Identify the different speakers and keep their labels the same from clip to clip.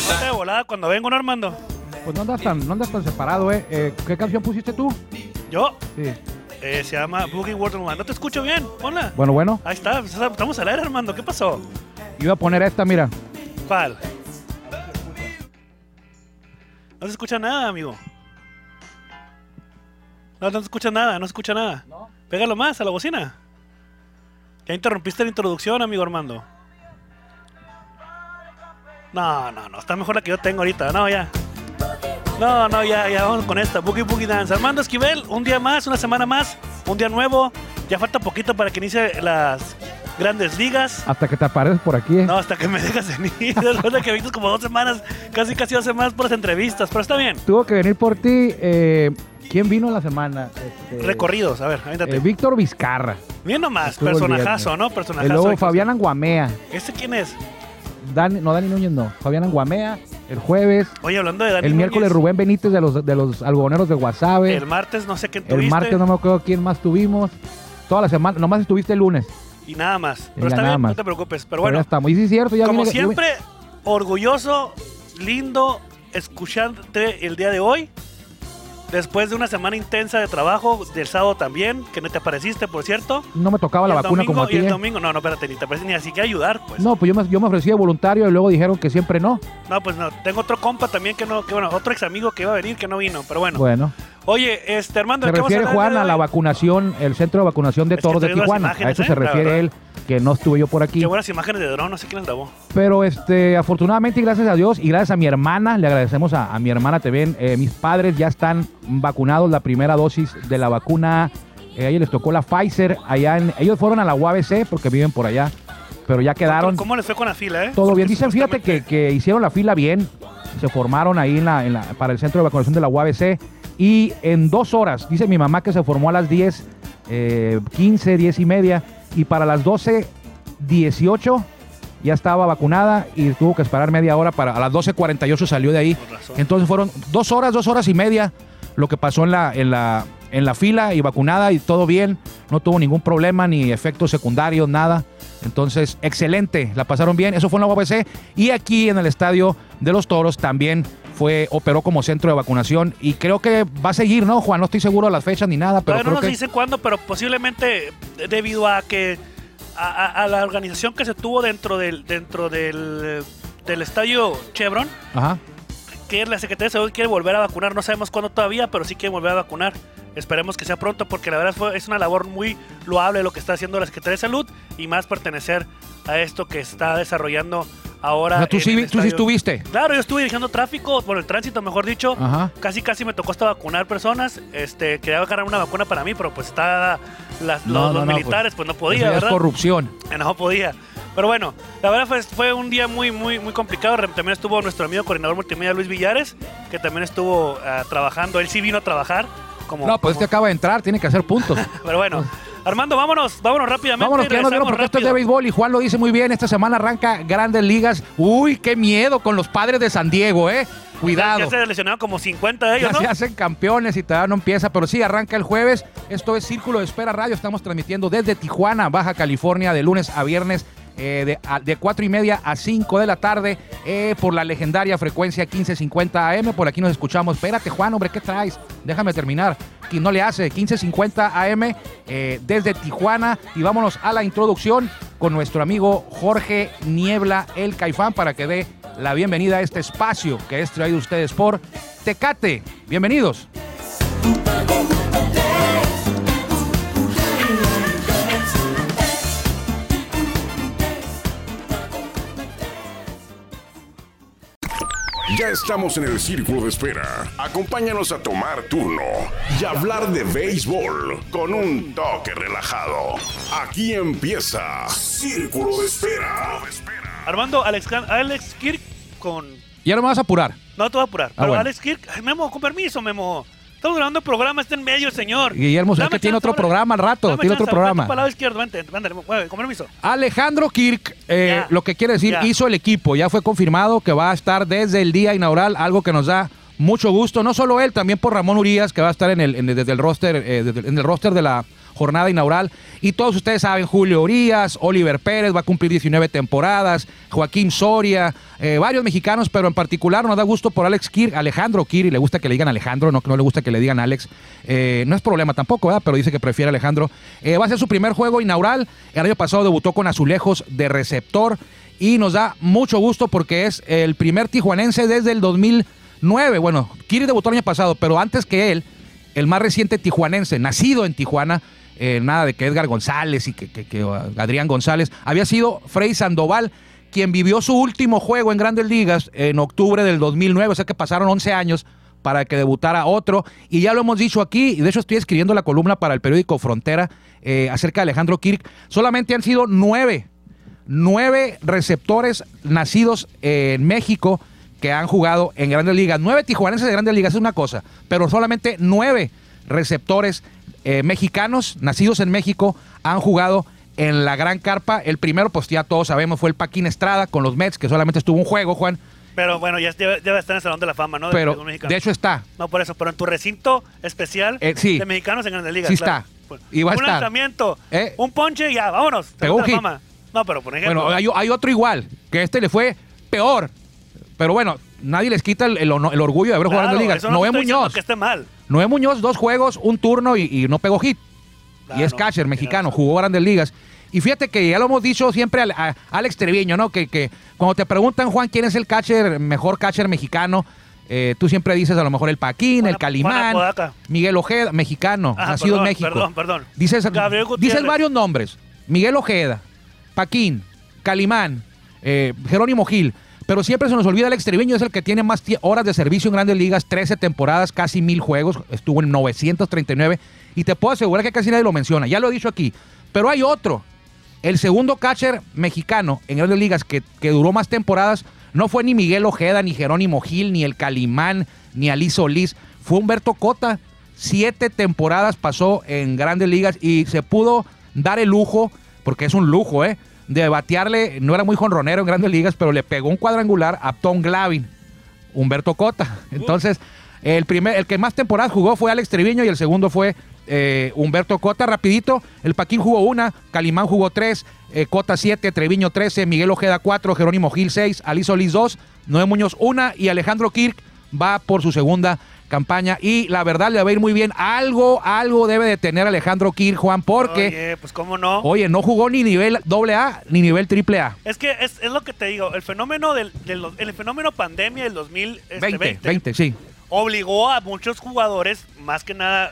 Speaker 1: separado cuando vengo, ¿no, Armando?
Speaker 2: Pues no andas tan, no andas tan separado, eh. Eh, ¿Qué canción pusiste tú?
Speaker 1: Yo,
Speaker 2: Sí.
Speaker 1: eh, se llama Boogie Waterman. No te escucho bien, ponla.
Speaker 2: Bueno, bueno.
Speaker 1: Ahí está, estamos al aire, Armando. ¿Qué pasó?
Speaker 2: Iba a poner esta, mira.
Speaker 1: ¿Cuál? No se escucha nada, amigo. No, no se escucha nada, no se escucha nada. Pégalo más a la bocina. Ya interrumpiste la introducción, amigo Armando. No, no, no, está mejor la que yo tengo ahorita. No, ya. No, no, ya, ya vamos con esta. Boogie Boogie Dance. Armando Esquivel, un día más, una semana más, un día nuevo. Ya falta poquito para que inicie las grandes ligas.
Speaker 2: Hasta que te apareces por aquí, eh.
Speaker 1: No, hasta que me dejas venir. Después de que viniste como dos semanas, casi casi dos semanas por las entrevistas, pero está bien.
Speaker 2: Tuvo que venir por ti. eh, ¿Quién vino en la semana? Este,
Speaker 1: Recorridos, a ver, avéntate.
Speaker 2: eh, Víctor Vizcarra.
Speaker 1: bien nomás,
Speaker 2: estuvo el
Speaker 1: personajazo,
Speaker 2: viernes.
Speaker 1: ¿no?
Speaker 2: Y
Speaker 1: Personajazo.
Speaker 2: luego Fabián Anguamea.
Speaker 1: ¿Este quién es?
Speaker 2: Dani- no, Dani Núñez no. Fabián Anguamea. El jueves.
Speaker 1: Oye, hablando de Dani
Speaker 2: El miércoles
Speaker 1: Núñez,
Speaker 2: Rubén Benítez de los, de los algodoneros de Guasave.
Speaker 1: El martes no sé quién
Speaker 2: El
Speaker 1: tuviste.
Speaker 2: martes no me acuerdo quién más tuvimos. Toda la semana, nomás estuviste el lunes.
Speaker 1: Y nada más. Pero
Speaker 2: ya
Speaker 1: está
Speaker 2: nada
Speaker 1: bien, no
Speaker 2: más.
Speaker 1: te preocupes. Pero
Speaker 2: Pero ya
Speaker 1: bueno,
Speaker 2: estamos. Y sí, es cierto, ya
Speaker 1: como
Speaker 2: vine- yo vi-
Speaker 1: siempre, orgulloso, lindo, escucharte el día de hoy. Después de una semana intensa de trabajo, del sábado también, que no te apareciste, por cierto.
Speaker 2: no me tocaba
Speaker 1: Y
Speaker 2: la
Speaker 1: el
Speaker 2: vacuna
Speaker 1: domingo,
Speaker 2: como a ti.
Speaker 1: Y el
Speaker 2: ¿eh?
Speaker 1: domingo, no, no, espérate, ni te apareciste, ni así que ayudar, pues.
Speaker 2: No, pues yo me, yo me ofrecí de voluntario y luego dijeron que siempre no.
Speaker 1: No, pues no. Tengo otro compa también que no, que bueno, otro ex amigo que iba a venir que no vino, pero bueno.
Speaker 2: Bueno,
Speaker 1: Oye, este Armando,
Speaker 2: se
Speaker 1: ¿de qué vamos
Speaker 2: refiere
Speaker 1: hablar el
Speaker 2: Juan
Speaker 1: día
Speaker 2: a
Speaker 1: de
Speaker 2: la
Speaker 1: hoy?
Speaker 2: vacunación, el centro de vacunación de
Speaker 1: Es que
Speaker 2: toros de
Speaker 1: traigo las
Speaker 2: Tijuana.
Speaker 1: imágenes,
Speaker 2: a eso
Speaker 1: ¿eh?
Speaker 2: se
Speaker 1: La
Speaker 2: refiere
Speaker 1: verdad.
Speaker 2: él, que no estuve yo por aquí.
Speaker 1: Qué buenas imágenes de dron, no sé quién las grabó.
Speaker 2: Pero este, afortunadamente, y gracias a Dios y gracias a mi hermana, le agradecemos a, a mi hermana también. eh, mis padres ya están vacunados la primera dosis de la vacuna. Eh, a ellos les tocó la Pfizer allá en. Ellos fueron a la UABC porque viven por allá, pero ya quedaron
Speaker 1: ¿Cómo les fue con la fila, eh?
Speaker 2: todo bien.
Speaker 1: Porque
Speaker 2: Dicen, fíjate
Speaker 1: supuestamente-
Speaker 2: que, que hicieron la fila bien, se formaron ahí en la- en la- para el centro de vacunación de la UABC y en dos horas, dice mi mamá que se formó a las 10, eh, 15, 10 y media y para las 12, 18 ya estaba vacunada y tuvo que esperar media hora para a las 12.48 salió de ahí.
Speaker 1: Con razón.
Speaker 2: Entonces fueron dos horas, dos horas y media lo que pasó en la, en la, en la fila y vacunada y todo bien. No tuvo ningún problema ni efectos secundarios, nada. Entonces, excelente, la pasaron bien. Eso fue en la UABC. Y aquí en el Estadio de los Toros también fue, operó como centro de vacunación. Y creo que va a seguir, ¿no, Juan? No estoy seguro de las fechas ni nada, pero
Speaker 1: Todavía no
Speaker 2: creo
Speaker 1: nos
Speaker 2: que.
Speaker 1: dice cuándo, pero posiblemente debido a que a, a- a la organización que se tuvo dentro del dentro del, del estadio Chevron,
Speaker 2: Ajá.
Speaker 1: que la Secretaría de Salud quiere volver a vacunar, no sabemos cuándo todavía, pero sí quiere volver a vacunar. Esperemos que sea pronto porque la verdad fue, es una labor muy loable lo que está haciendo la Secretaría de Salud y más pertenecer a esto que está desarrollando ahora.
Speaker 2: O sea, tú,
Speaker 1: en
Speaker 2: sí,
Speaker 1: el
Speaker 2: vi- tú sí
Speaker 1: estadio.
Speaker 2: estuviste.
Speaker 1: Claro, yo estuve dirigiendo tráfico, bueno, el tránsito, mejor dicho.
Speaker 2: Ajá.
Speaker 1: Casi, casi me tocó hasta vacunar personas. Este, quería agarrar una vacuna para mí, pero pues está las-
Speaker 2: No,
Speaker 1: los,
Speaker 2: no,
Speaker 1: los
Speaker 2: no,
Speaker 1: militares, pues, no podía,
Speaker 2: Eso ya es
Speaker 1: ¿verdad?
Speaker 2: corrupción.
Speaker 1: No podía. Pero bueno, la verdad fue, fue un día muy, muy, muy complicado. Re- También estuvo nuestro amigo coordinador multimedia Luis Villares, que también estuvo ah, trabajando. Él sí vino a trabajar. Como,
Speaker 2: No, pues este
Speaker 1: como-
Speaker 2: acaba de entrar, tiene que hacer puntos.
Speaker 1: Pero bueno, Armando, vámonos, vámonos rápidamente.
Speaker 2: Vámonos, que ya nos vieron
Speaker 1: regresamos
Speaker 2: porque esto es de
Speaker 1: rápido.
Speaker 2: béisbol y Juan lo dice muy bien. Esta semana arranca Grandes Ligas. Uy, qué miedo con los padres de San Diego, ¿eh?
Speaker 1: Ya
Speaker 2: Cuidado.
Speaker 1: se lesionaron como 50 de ellos,
Speaker 2: Ya
Speaker 1: ¿no?
Speaker 2: se hacen campeones y todavía no empieza, pero sí, arranca el jueves. Esto es Círculo de Espera Radio. Estamos transmitiendo desde Tijuana, Baja California, de lunes a viernes, eh, de, a- de 4 y media a 5 de la tarde, eh, por la legendaria frecuencia 1550 AM. Por aquí nos escuchamos. Espérate, Juan, hombre, ¿qué traes? Déjame terminar. Que no le hace 1550 AM eh, desde Tijuana. Y vámonos a la introducción con nuestro amigo Jorge Niebla, el Caifán, para que dé la bienvenida a este espacio que es traído a ustedes por Tecate. Bienvenidos.
Speaker 3: Ya estamos en el círculo de espera. Acompáñanos a tomar turno y hablar de béisbol con un toque relajado. Aquí empieza Círculo de Espera.
Speaker 1: Armando, Alex, Can- Alex Kirk con.
Speaker 2: Y ahora me vas a apurar.
Speaker 1: No te voy a apurar. pero
Speaker 2: Ah, bueno.
Speaker 1: Alex Kirk, ay, Memo, con permiso, Memo. Estamos grabando programa, está en medio, señor.
Speaker 2: Guillermo, es
Speaker 1: Dame
Speaker 2: que tiene
Speaker 1: chance,
Speaker 2: otro
Speaker 1: órale.
Speaker 2: programa al rato,
Speaker 1: Dame
Speaker 2: tiene otro
Speaker 1: chance, vente
Speaker 2: programa.
Speaker 1: Para el lado izquierdo, vente, ándale, mueve, con permiso.
Speaker 2: Alejandro Kirk, eh,
Speaker 1: Ya.
Speaker 2: lo que quiere decir,
Speaker 1: Ya.
Speaker 2: hizo el equipo, ya fue confirmado que va a estar desde el día inaugural, algo que nos da mucho gusto, no solo él, también por Ramón Urias, que va a estar en el, en el- desde el roster, eh, desde el- en el roster de la jornada inaugural. Y todos ustedes saben, Julio Urias, Oliver Pérez, va a cumplir 19 temporadas, Joaquín Soria, eh, varios mexicanos, pero en particular nos da gusto por Alex Kir, Alejandro Kir, y le gusta que le digan Alejandro, no, no le gusta que le digan Alex. Eh, no es problema tampoco, ¿verdad? pero dice que prefiere Alejandro. Eh, va a ser su primer juego inaugural. El año pasado debutó con Azulejos de receptor y nos da mucho gusto porque es el primer tijuanense desde el 2009. Bueno, Kiri debutó el año pasado, pero antes que él, el más reciente tijuanense, nacido en Tijuana, eh, nada de que Edgar González y que, que- que Adrián González, había sido Frey Sandoval, quien vivió su último juego en Grandes Ligas en octubre del 2009, o sea que pasaron 11 años para que debutara otro. Y ya lo hemos dicho aquí, y de hecho estoy escribiendo la columna para el periódico Frontera eh, acerca de Alejandro Kirk. Solamente han sido nueve nueve receptores nacidos en México que han jugado en Grandes Ligas. Nueve tijuanenses de Grandes Ligas es una cosa, pero solamente nueve receptores eh, mexicanos nacidos en México han jugado en la Gran Carpa. El primero, pues ya todos sabemos, fue el Paquín Estrada con los Mets, que solamente estuvo un juego, Juan.
Speaker 1: Pero bueno, ya debe, debe estar en el Salón de la Fama, ¿no? Del
Speaker 2: Pero
Speaker 1: fútbol mexicano.
Speaker 2: de hecho está.
Speaker 1: No, por eso, pero en tu recinto especial
Speaker 2: Eh, sí.
Speaker 1: de mexicanos en Grandes Ligas.
Speaker 2: Sí
Speaker 1: claro.
Speaker 2: está.
Speaker 1: Pues,
Speaker 2: Y va a
Speaker 1: un
Speaker 2: estar.
Speaker 1: lanzamiento,
Speaker 2: Eh.
Speaker 1: un ponche y ya, vámonos. Salón
Speaker 2: Pegó un
Speaker 1: de la
Speaker 2: hit.
Speaker 1: Fama. No, pero por ejemplo. eh.
Speaker 2: Bueno, hay, hay otro igual, que este le fue peor. Pero bueno, nadie les quita el, el ono- el orgullo de haber jugado en
Speaker 1: claro,
Speaker 2: Grandes
Speaker 1: eso
Speaker 2: Ligas.
Speaker 1: no te
Speaker 2: Noé
Speaker 1: estoy diciendo
Speaker 2: Muñoz.
Speaker 1: Que esté mal.
Speaker 2: Noé Muñoz, dos juegos, un turno y, y no pegó hit.
Speaker 1: Ah,
Speaker 2: y es
Speaker 1: no,
Speaker 2: catcher
Speaker 1: tiene
Speaker 2: mexicano,
Speaker 1: razón.
Speaker 2: jugó grandes ligas. Y fíjate que ya lo hemos dicho siempre al- a, Alex Treviño, ¿no? Que, que cuando te preguntan, Juan, quién es el catcher, mejor catcher mexicano, eh, tú siempre dices a lo mejor el Paquín,
Speaker 1: Juan-
Speaker 2: el Calimán,
Speaker 1: Juan Apodaca.
Speaker 2: Miguel Ojeda, mexicano,
Speaker 1: Ah,
Speaker 2: nacido
Speaker 1: perdón,
Speaker 2: en México.
Speaker 1: perdón, perdón.
Speaker 2: Dices,
Speaker 1: Gabriel Gutiérrez.
Speaker 2: dices varios nombres. Miguel Ojeda, Paquín, Calimán, eh, Jerónimo Gil. Pero siempre se nos olvida Alex Treviño, es el que tiene más tie- horas de servicio en grandes ligas, 13 temporadas, casi mil juegos, estuvo en 939. Y te puedo asegurar que casi nadie lo menciona, ya lo he dicho aquí. Pero hay otro, el segundo catcher mexicano en grandes ligas que, que duró más temporadas no fue ni Miguel Ojeda, ni Jerónimo Gil, ni el Calimán, ni Alí Solís. Fue Humberto Cota. Siete temporadas pasó en grandes ligas y se pudo dar el lujo, porque es un lujo, ¿eh? De batearle, no era muy jonronero en grandes ligas, pero le pegó un cuadrangular a Tom Glavin, Humberto Cota. Entonces, el, primer, el que más temporadas jugó fue Alex Treviño y el segundo fue eh, Humberto Cota. Rapidito, el Paquín jugó una, Calimán jugó tres, eh, Cota siete, Treviño trece, Miguel Ojeda cuatro, Jerónimo Gil seis, Ali Solís dos, Noé Muñoz una y Alejandro Kirk va por su segunda campaña y la verdad le va a ir muy bien. Algo, algo debe de tener Alejandro Kirk, Juan, porque, oye,
Speaker 1: Oye, pues cómo no.
Speaker 2: no jugó ni nivel AA ni nivel AAA.
Speaker 1: Es que es, es lo que te digo, el fenómeno del, del- el fenómeno pandemia del 2020
Speaker 2: 20, 20, sí.
Speaker 1: obligó a muchos jugadores, más que nada,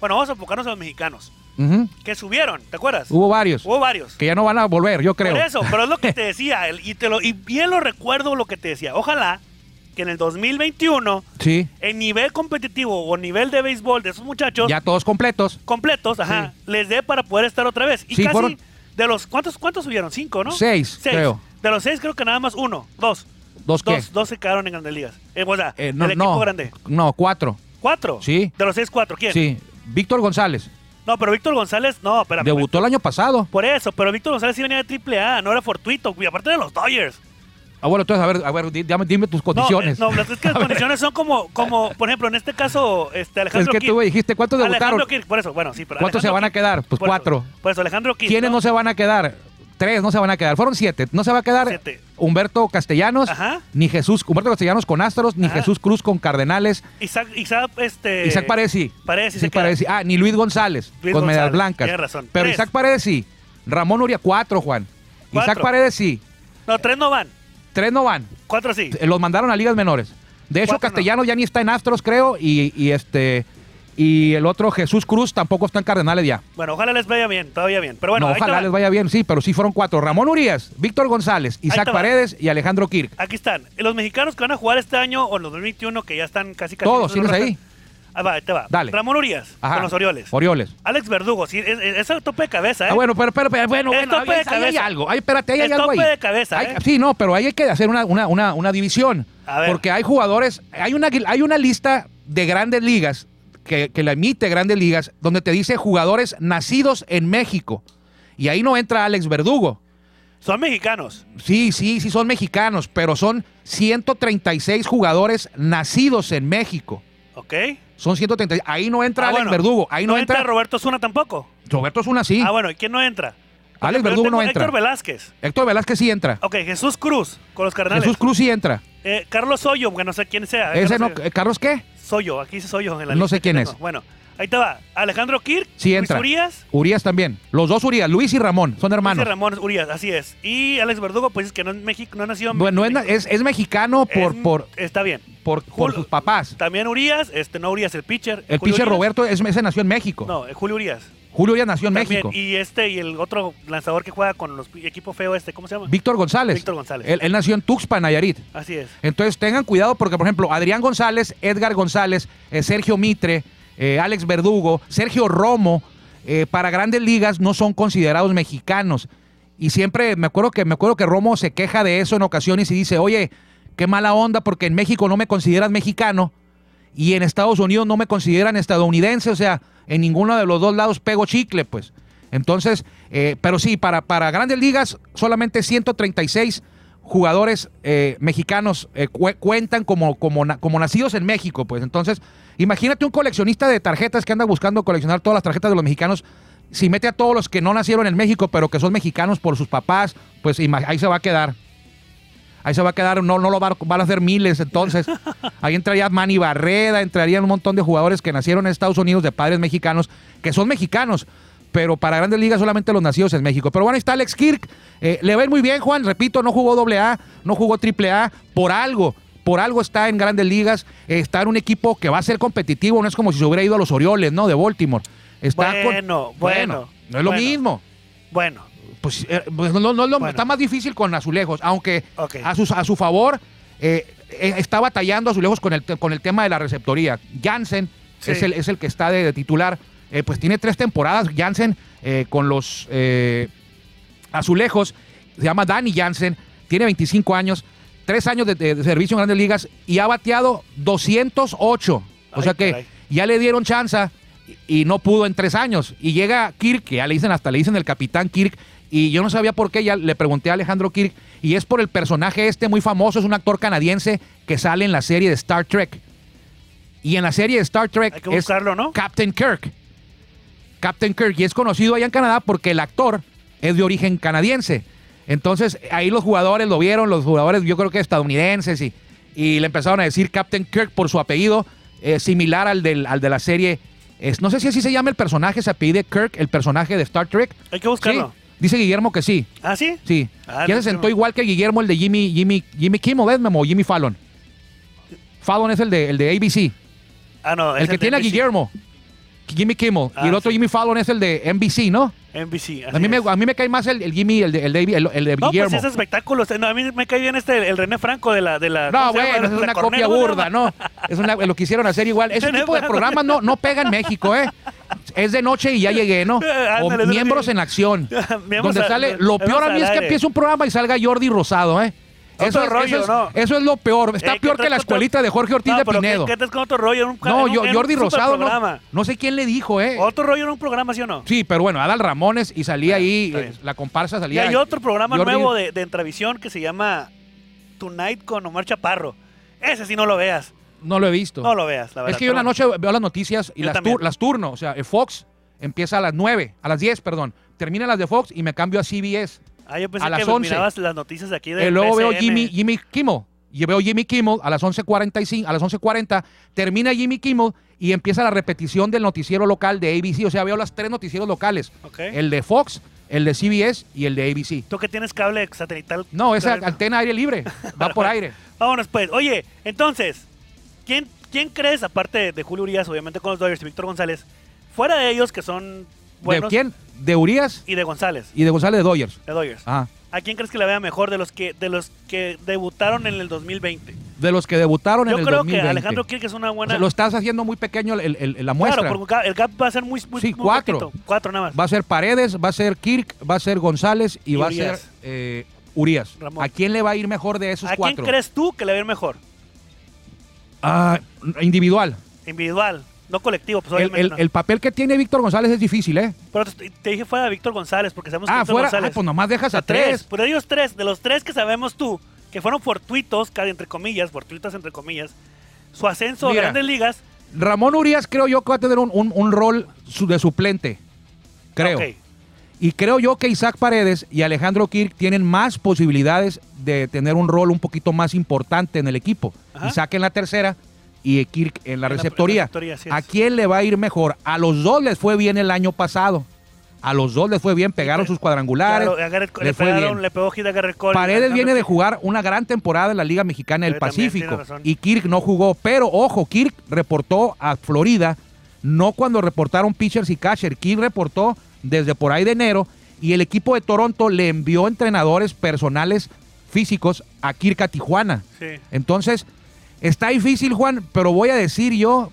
Speaker 1: bueno, vamos a enfocarnos a los mexicanos,
Speaker 2: Ujú.
Speaker 1: que subieron, ¿te acuerdas?
Speaker 2: Hubo varios.
Speaker 1: Hubo varios.
Speaker 2: Que ya no van a volver, yo creo.
Speaker 1: Por eso, pero es lo que te decía, el- y, te lo, y bien lo recuerdo lo que te decía. Ojalá que en el 2021,
Speaker 2: Sí.
Speaker 1: en nivel competitivo o nivel de béisbol de esos muchachos
Speaker 2: Ya todos completos.
Speaker 1: completos, ajá, les dé para poder estar otra vez. Y
Speaker 2: Sí,
Speaker 1: casi
Speaker 2: fueron-
Speaker 1: de los, ¿cuántos, ¿cuántos subieron? ¿Cinco, no?
Speaker 2: Seis, creo.
Speaker 1: De los seis creo que nada más uno, dos.
Speaker 2: ¿Dos qué?
Speaker 1: Dos, dos se quedaron en Grandes Ligas. Eh, o sea,
Speaker 2: Eh, no,
Speaker 1: el equipo
Speaker 2: no,
Speaker 1: grande.
Speaker 2: No, cuatro.
Speaker 1: ¿Cuatro?
Speaker 2: Sí.
Speaker 1: De los seis, cuatro. ¿Quién?
Speaker 2: Sí. Víctor González.
Speaker 1: No, pero Víctor González, no, espérame.
Speaker 2: Debutó el año pasado.
Speaker 1: Por eso, pero Víctor González sí venía de triple A, no era fortuito, y aparte de los Dodgers.
Speaker 2: Ah, bueno, entonces, a ver, a ver di- dame, dime tus
Speaker 1: No,
Speaker 2: condiciones.
Speaker 1: eh, No, las es que las condiciones son como, como, por ejemplo, en este caso, este
Speaker 2: es
Speaker 1: Alejandro
Speaker 2: que
Speaker 1: Kirk.
Speaker 2: tú me dijiste cuántos debutaron.
Speaker 1: Alejandro Kirk, por eso, bueno, sí, pero
Speaker 2: ¿Cuántos se
Speaker 1: Alejandro
Speaker 2: van a
Speaker 1: Kirk-
Speaker 2: quedar? Pues
Speaker 1: por eso,
Speaker 2: cuatro.
Speaker 1: por eso, Alejandro Kirk.
Speaker 2: ¿Quiénes no se van a quedar? Tres no se van a quedar. Fueron siete. No se va a quedar
Speaker 1: Siete.
Speaker 2: Humberto Castellanos,
Speaker 1: Ajá.
Speaker 2: ni Jesús, Humberto Castellanos con Astros, ni
Speaker 1: Ajá.
Speaker 2: Jesús Cruz con Cardenales,
Speaker 1: Isaac, Isaac, este...
Speaker 2: Eh, Isaac Paresi.
Speaker 1: Paresi se
Speaker 2: Isaac
Speaker 1: queda.
Speaker 2: Paresi. Ah, ni Luis González,
Speaker 1: Luis
Speaker 2: con
Speaker 1: González,
Speaker 2: medallas blancas.
Speaker 1: tienes razón.
Speaker 2: Pero
Speaker 1: Tres.
Speaker 2: Isaac Paresi, Ramón Uria, cuatro, Juan. Isaac
Speaker 1: Cuatro.
Speaker 2: Paresi,
Speaker 1: No, tres no van,
Speaker 2: tres no van.
Speaker 1: cuatro sí.
Speaker 2: Eh, Los mandaron a ligas menores. De hecho,
Speaker 1: Cuatro no.
Speaker 2: Castellano ya ni está en Astros, creo, y, y este y el otro Jesús Cruz tampoco está en Cardenales ya.
Speaker 1: Bueno, ojalá les vaya bien, todavía bien. Pero bueno,
Speaker 2: no,
Speaker 1: ahí te
Speaker 2: ojalá
Speaker 1: va.
Speaker 2: les vaya bien, sí, pero sí fueron cuatro. Ramón Urias, Víctor González, Isaac
Speaker 1: te va.
Speaker 2: Paredes y Alejandro Kirk.
Speaker 1: Aquí están. Los mexicanos que van a jugar este año o en los 2021, que ya están casi casi.
Speaker 2: Todos, ¿tienes ahí?
Speaker 1: Ah, va, ahí te va.
Speaker 2: Dale.
Speaker 1: Ramón Urias,
Speaker 2: Ajá.
Speaker 1: con los Orioles.
Speaker 2: Orioles.
Speaker 1: Alex Verdugo, sí, es, es- es el tope de cabeza, ¿eh?
Speaker 2: Ah, bueno, pero, pero, pero, bueno,
Speaker 1: El
Speaker 2: bueno,
Speaker 1: tope
Speaker 2: ahí-
Speaker 1: de
Speaker 2: ahí hay
Speaker 1: cabeza.
Speaker 2: algo. Ahí, espérate, ahí
Speaker 1: El
Speaker 2: hay algo ahí.
Speaker 1: tope de cabeza,
Speaker 2: Hay-
Speaker 1: ¿eh?
Speaker 2: Sí, no, pero ahí hay que hacer una, una, una, una división.
Speaker 1: A ver.
Speaker 2: Porque hay jugadores, hay una, hay una lista de grandes ligas que, que la emite Grandes Ligas, donde te dice jugadores nacidos en México. Y ahí no entra Alex Verdugo.
Speaker 1: Son mexicanos.
Speaker 2: Sí, sí, sí, son mexicanos, pero son 136 jugadores nacidos en México.
Speaker 1: ¿Ok?
Speaker 2: Son 136. Ahí no entra
Speaker 1: Ah,
Speaker 2: Alex
Speaker 1: bueno.
Speaker 2: Verdugo. Ahí no, entra.
Speaker 1: Roberto Zuna tampoco.
Speaker 2: Roberto es una sí.
Speaker 1: Ah, bueno, ¿y quién no entra? Porque
Speaker 2: Alex
Speaker 1: yo
Speaker 2: Verdugo
Speaker 1: tengo
Speaker 2: no
Speaker 1: a
Speaker 2: entra.
Speaker 1: Héctor Velázquez.
Speaker 2: Héctor Velázquez sí entra.
Speaker 1: Ok, Jesús Cruz con los Cardenales.
Speaker 2: Jesús Cruz sí entra.
Speaker 1: Eh, Carlos Hoyo, que no sé quién sea.
Speaker 2: Ese no,
Speaker 1: Carlos Hoyo.
Speaker 2: eh, ¿Carlos qué?
Speaker 1: Soyo, aquí dice Soyo en la
Speaker 2: No
Speaker 1: lista
Speaker 2: sé
Speaker 1: que
Speaker 2: quién
Speaker 1: tengo.
Speaker 2: es.
Speaker 1: Bueno, ahí te va. Alejandro Kirk,
Speaker 2: Sí entra.
Speaker 1: Luis Urias,
Speaker 2: Urias también. Los dos Urias, Luis y Ramón, son hermanos.
Speaker 1: José Ramón Urias, así es. Y Alex Verdugo, pues es que no, en México, no nació en
Speaker 2: Bueno, no es,
Speaker 1: México.
Speaker 2: na- es, es mexicano por,
Speaker 1: Es-
Speaker 2: por,
Speaker 1: Está bien.
Speaker 2: por, por
Speaker 1: Jul-
Speaker 2: sus papás.
Speaker 1: También Urias, este no Urias, el pitcher.
Speaker 2: El
Speaker 1: Julio
Speaker 2: pinche
Speaker 1: Urias.
Speaker 2: Roberto es, ese nació en México.
Speaker 1: No, eh, Julio Urias.
Speaker 2: Julio Urias nació en
Speaker 1: También.
Speaker 2: México.
Speaker 1: Y este y el otro lanzador que juega con los equipo feo este, ¿cómo se llama?
Speaker 2: Víctor González.
Speaker 1: Víctor González.
Speaker 2: Él, él nació en Tuxpan, Nayarit.
Speaker 1: Así es.
Speaker 2: Entonces tengan cuidado porque, por ejemplo, Adrián González, Edgar González, eh, Sergio Mitre, eh, Alex Verdugo, Sergio Romo, eh, para grandes ligas no son considerados mexicanos. Y siempre me acuerdo que me acuerdo que Romo se queja de eso en ocasiones y dice, oye, qué mala onda porque en México no me consideras mexicano y en Estados Unidos no me consideran estadounidense, o sea, en ninguno de los dos lados pego chicle, pues. Entonces, eh, pero sí, para, para grandes ligas, solamente 136 jugadores eh, mexicanos eh, cu- cuentan como, como, na- como nacidos en México, pues. Entonces, imagínate un coleccionista de tarjetas que anda buscando coleccionar todas las tarjetas de los mexicanos. Si mete a todos los que no nacieron en México, pero que son mexicanos por sus papás, pues ima- ahí se va a quedar. Ahí se va a quedar, no, no lo va- van a hacer miles entonces. Ahí entraría Manny Barreda, entrarían un montón de jugadores que nacieron en Estados Unidos de padres mexicanos, que son mexicanos, pero para grandes ligas solamente los nacidos en México. Pero bueno, ahí está Alex Kirk. Eh, le va a ir muy bien, Juan. Repito, no jugó doble A, no jugó triple A, por algo. Por algo está en grandes ligas, eh, está en un equipo que va a ser competitivo, no es como si se hubiera ido a los Orioles, ¿no? De Baltimore. Está con-
Speaker 1: Bueno, bueno,
Speaker 2: No es lo
Speaker 1: bueno.
Speaker 2: mismo
Speaker 1: Bueno,
Speaker 2: pues, eh, pues, no, no es lo-
Speaker 1: Bueno.
Speaker 2: está más difícil con Azulejos, aunque
Speaker 1: Ok.
Speaker 2: a, sus- a su favor eh, eh, está batallando Azulejos con el, te- con el tema de la receptoría. Jansen
Speaker 1: Sí.
Speaker 2: es, el, es el que está de, de titular, eh, pues tiene tres temporadas Jansen eh, con los eh, Azulejos, se llama Danny Jansen, tiene 25 años, tres años de, de- de servicio en grandes ligas y ha bateado 208. O
Speaker 1: Ay,
Speaker 2: sea que
Speaker 1: caray.
Speaker 2: ya le dieron chance y, y no pudo en tres años. Y llega Kirk, que ya le dicen hasta le dicen el capitán Kirk, y yo no sabía por qué, ya le pregunté a Alejandro Kirk, y es por el personaje este muy famoso, es un actor canadiense que sale en la serie de Star Trek. Y en la serie de Star Trek
Speaker 1: Hay que
Speaker 2: es
Speaker 1: buscarlo, ¿no?
Speaker 2: Captain Kirk. Captain Kirk, y es conocido allá en Canadá porque el actor es de origen canadiense. Entonces, ahí los jugadores lo vieron, los jugadores yo creo que estadounidenses, y, y le empezaron a decir Captain Kirk por su apellido, eh, similar al, del, al de la serie. Es, no sé si así se llama el personaje, se apellide Kirk, el personaje de Star Trek.
Speaker 1: hay que buscarlo.
Speaker 2: Sí, dice Guillermo que sí,
Speaker 1: ¿Ah, sí?
Speaker 2: sí.
Speaker 1: Ah,
Speaker 2: ya
Speaker 1: no,
Speaker 2: se sentó
Speaker 1: no.
Speaker 2: igual que Guillermo, el de Jimmy, Jimmy, Jimmy Kimmel, ¿es, Memo? Jimmy Fallon. Fallon es el de, el de ABC.
Speaker 1: Ah, no. es
Speaker 2: El que
Speaker 1: de
Speaker 2: tiene a
Speaker 1: NBC.
Speaker 2: Guillermo. Jimmy Kimmel. y
Speaker 1: Ah,
Speaker 2: el otro
Speaker 1: sí.
Speaker 2: Jimmy Fallon es el de NBC, ¿no?
Speaker 1: NBC. así
Speaker 2: A mí, me,
Speaker 1: es.
Speaker 2: a mí me cae más el, el Jimmy, el de, el de, el- el de
Speaker 1: No, pues
Speaker 2: Guillermo.
Speaker 1: ese espectáculo. o sea, no, a mí me cae bien este, el, el René Franco de la. De la
Speaker 2: no,
Speaker 1: ¿cómo se
Speaker 2: bueno,
Speaker 1: llama?
Speaker 2: esa es
Speaker 1: La
Speaker 2: una
Speaker 1: Corneta,
Speaker 2: copia
Speaker 1: ¿cómo se
Speaker 2: burda,
Speaker 1: llama?
Speaker 2: ¿no? Es una, lo quisieron hacer igual. Ese
Speaker 1: Tenés
Speaker 2: tipo de
Speaker 1: razón.
Speaker 2: programas no, no pega en México, ¿eh? Es de noche y ya llegué, ¿no?
Speaker 1: Eh, ándale,
Speaker 2: O
Speaker 1: ándale.
Speaker 2: miembros en acción.
Speaker 1: Miembros
Speaker 2: donde
Speaker 1: a-
Speaker 2: sale. Lo
Speaker 1: miembros
Speaker 2: peor a mí
Speaker 1: al
Speaker 2: es que
Speaker 1: aire.
Speaker 2: empiece un programa y salga Jordi Rosado, ¿eh?
Speaker 1: Otro
Speaker 2: Eso es,
Speaker 1: rollo,
Speaker 2: eso, es,
Speaker 1: ¿no?
Speaker 2: eso es lo peor. Está
Speaker 1: Eh,
Speaker 2: peor
Speaker 1: ¿qué traes con
Speaker 2: que la
Speaker 1: otro-
Speaker 2: escuelita de Jorge Ortiz
Speaker 1: No,
Speaker 2: de
Speaker 1: pero ¿qué-
Speaker 2: Pinedo.
Speaker 1: ¿Qué estás con otro rollo? En un, en
Speaker 2: No,
Speaker 1: un-
Speaker 2: yo-
Speaker 1: en un
Speaker 2: Jordi Rosado no,
Speaker 1: superprograma.
Speaker 2: no sé quién le dijo, ¿eh?
Speaker 1: Otro rollo en un programa, ¿sí o no?
Speaker 2: Sí, pero bueno, Adal Ramones y salía ahí,
Speaker 1: está
Speaker 2: eh,
Speaker 1: bien.
Speaker 2: la comparsa
Speaker 1: Y
Speaker 2: salía.
Speaker 1: hay otro programa
Speaker 2: Jordi-
Speaker 1: nuevo de, de Entravisión que se llama Tonight con Omar Chaparro. Ese sí no lo veas.
Speaker 2: No lo he visto.
Speaker 1: No lo veas, la verdad.
Speaker 2: es que yo en la
Speaker 1: pero
Speaker 2: noche veo las noticias y
Speaker 1: Yo
Speaker 2: las,
Speaker 1: también.
Speaker 2: tur- las turno. O sea, eh, Fox empieza a las 9, a las 10, perdón. Termina las de Fox y me cambio a CBS.
Speaker 1: bueno. Ah, yo pensé
Speaker 2: a las
Speaker 1: que
Speaker 2: 11.
Speaker 1: mirabas las noticias de aquí de
Speaker 2: Eh, luego veo
Speaker 1: PCN.
Speaker 2: Jimmy, Jimmy Kimmel. Y veo Jimmy Kimmel a las 11.45, a las 11.40. Termina Jimmy Kimmel y empieza la repetición del noticiero local de ABC. O sea, veo las tres noticieros locales.
Speaker 1: Ok.
Speaker 2: El de Fox, el de CBS y el de ABC.
Speaker 1: Tú que tienes cable satelital.
Speaker 2: No, esa
Speaker 1: Claro,
Speaker 2: antena aire libre. Va por aire.
Speaker 1: Vámonos pues. Oye, entonces, ¿quién, ¿quién crees, aparte de, de Julio Urias, obviamente con los Dodgers y Víctor González, fuera de ellos que son
Speaker 2: ¿De
Speaker 1: buenos
Speaker 2: quién? De Urias
Speaker 1: y de González,
Speaker 2: y Ah. de González de Dodgers.
Speaker 1: de Dodgers?
Speaker 2: Ajá.
Speaker 1: ¿A quién crees que le vea mejor de los que de los que debutaron en el 2020?
Speaker 2: De los que debutaron
Speaker 1: Yo
Speaker 2: en el
Speaker 1: creo
Speaker 2: 2020.
Speaker 1: que Alejandro Kirk es una
Speaker 2: O
Speaker 1: buena.
Speaker 2: sea, lo estás haciendo muy pequeño el- el- la muestra.
Speaker 1: Claro, porque ca- el gap va a ser muy, muy
Speaker 2: Sí,
Speaker 1: muy
Speaker 2: cuatro.
Speaker 1: poquito. Cuatro nada más.
Speaker 2: Va a ser Paredes, va a ser Kirk, va a ser González y,
Speaker 1: Y
Speaker 2: va a
Speaker 1: Urias.
Speaker 2: ser eh, Urias.
Speaker 1: Ramón.
Speaker 2: ¿A quién le va a ir mejor de esos
Speaker 1: ¿A quién
Speaker 2: cuatro?
Speaker 1: crees tú que le va a ir mejor?
Speaker 2: Ah, individual.
Speaker 1: Individual, no colectivo, pues
Speaker 2: El,
Speaker 1: obviamente.
Speaker 2: el-
Speaker 1: no.
Speaker 2: el papel que tiene Víctor González es difícil, ¿eh?
Speaker 1: Pero te, te dije fuera de Víctor González, porque sabemos que
Speaker 2: Ah,
Speaker 1: Víctor
Speaker 2: fuera.
Speaker 1: González.
Speaker 2: ah, pues nomás dejas a,
Speaker 1: a tres.
Speaker 2: tres.
Speaker 1: Por ellos tres, de los tres que sabemos tú, que fueron fortuitos, cada entre comillas, fortuitos entre comillas, su ascenso
Speaker 2: Mira.
Speaker 1: a grandes ligas,
Speaker 2: Ramón Urias creo yo que va a tener un, un- un rol su- de suplente. creo.
Speaker 1: Ok.
Speaker 2: Y creo yo que Isaac Paredes y Alejandro Kirk tienen más posibilidades de tener un rol un poquito más importante en el equipo.
Speaker 1: Ajá.
Speaker 2: Isaac en la tercera y Kirk en la
Speaker 1: En la- en la
Speaker 2: receptoría.
Speaker 1: receptoría, así es.
Speaker 2: ¿A quién le va a ir mejor? A los dos les fue bien el año pasado. A los dos les fue bien, pegaron sus cuadrangulares.
Speaker 1: pues, Claro, a Garrett-
Speaker 2: le
Speaker 1: le,
Speaker 2: fue
Speaker 1: pegaron,
Speaker 2: bien.
Speaker 1: le pegó hit a Garrett Cole.
Speaker 2: Paredes
Speaker 1: Alejandro-
Speaker 2: viene de jugar una gran temporada en la Liga Mexicana del
Speaker 1: Eh, también
Speaker 2: Pacífico
Speaker 1: tiene razón.
Speaker 2: y Kirk no jugó, pero ojo, Kirk reportó a Florida, no cuando reportaron pitchers y catcher, Kirk reportó desde por ahí de enero y el equipo de Toronto le envió entrenadores personales físicos a Kirk a Tijuana.
Speaker 1: Sí.
Speaker 2: Entonces, está difícil Juan, pero voy a decir yo,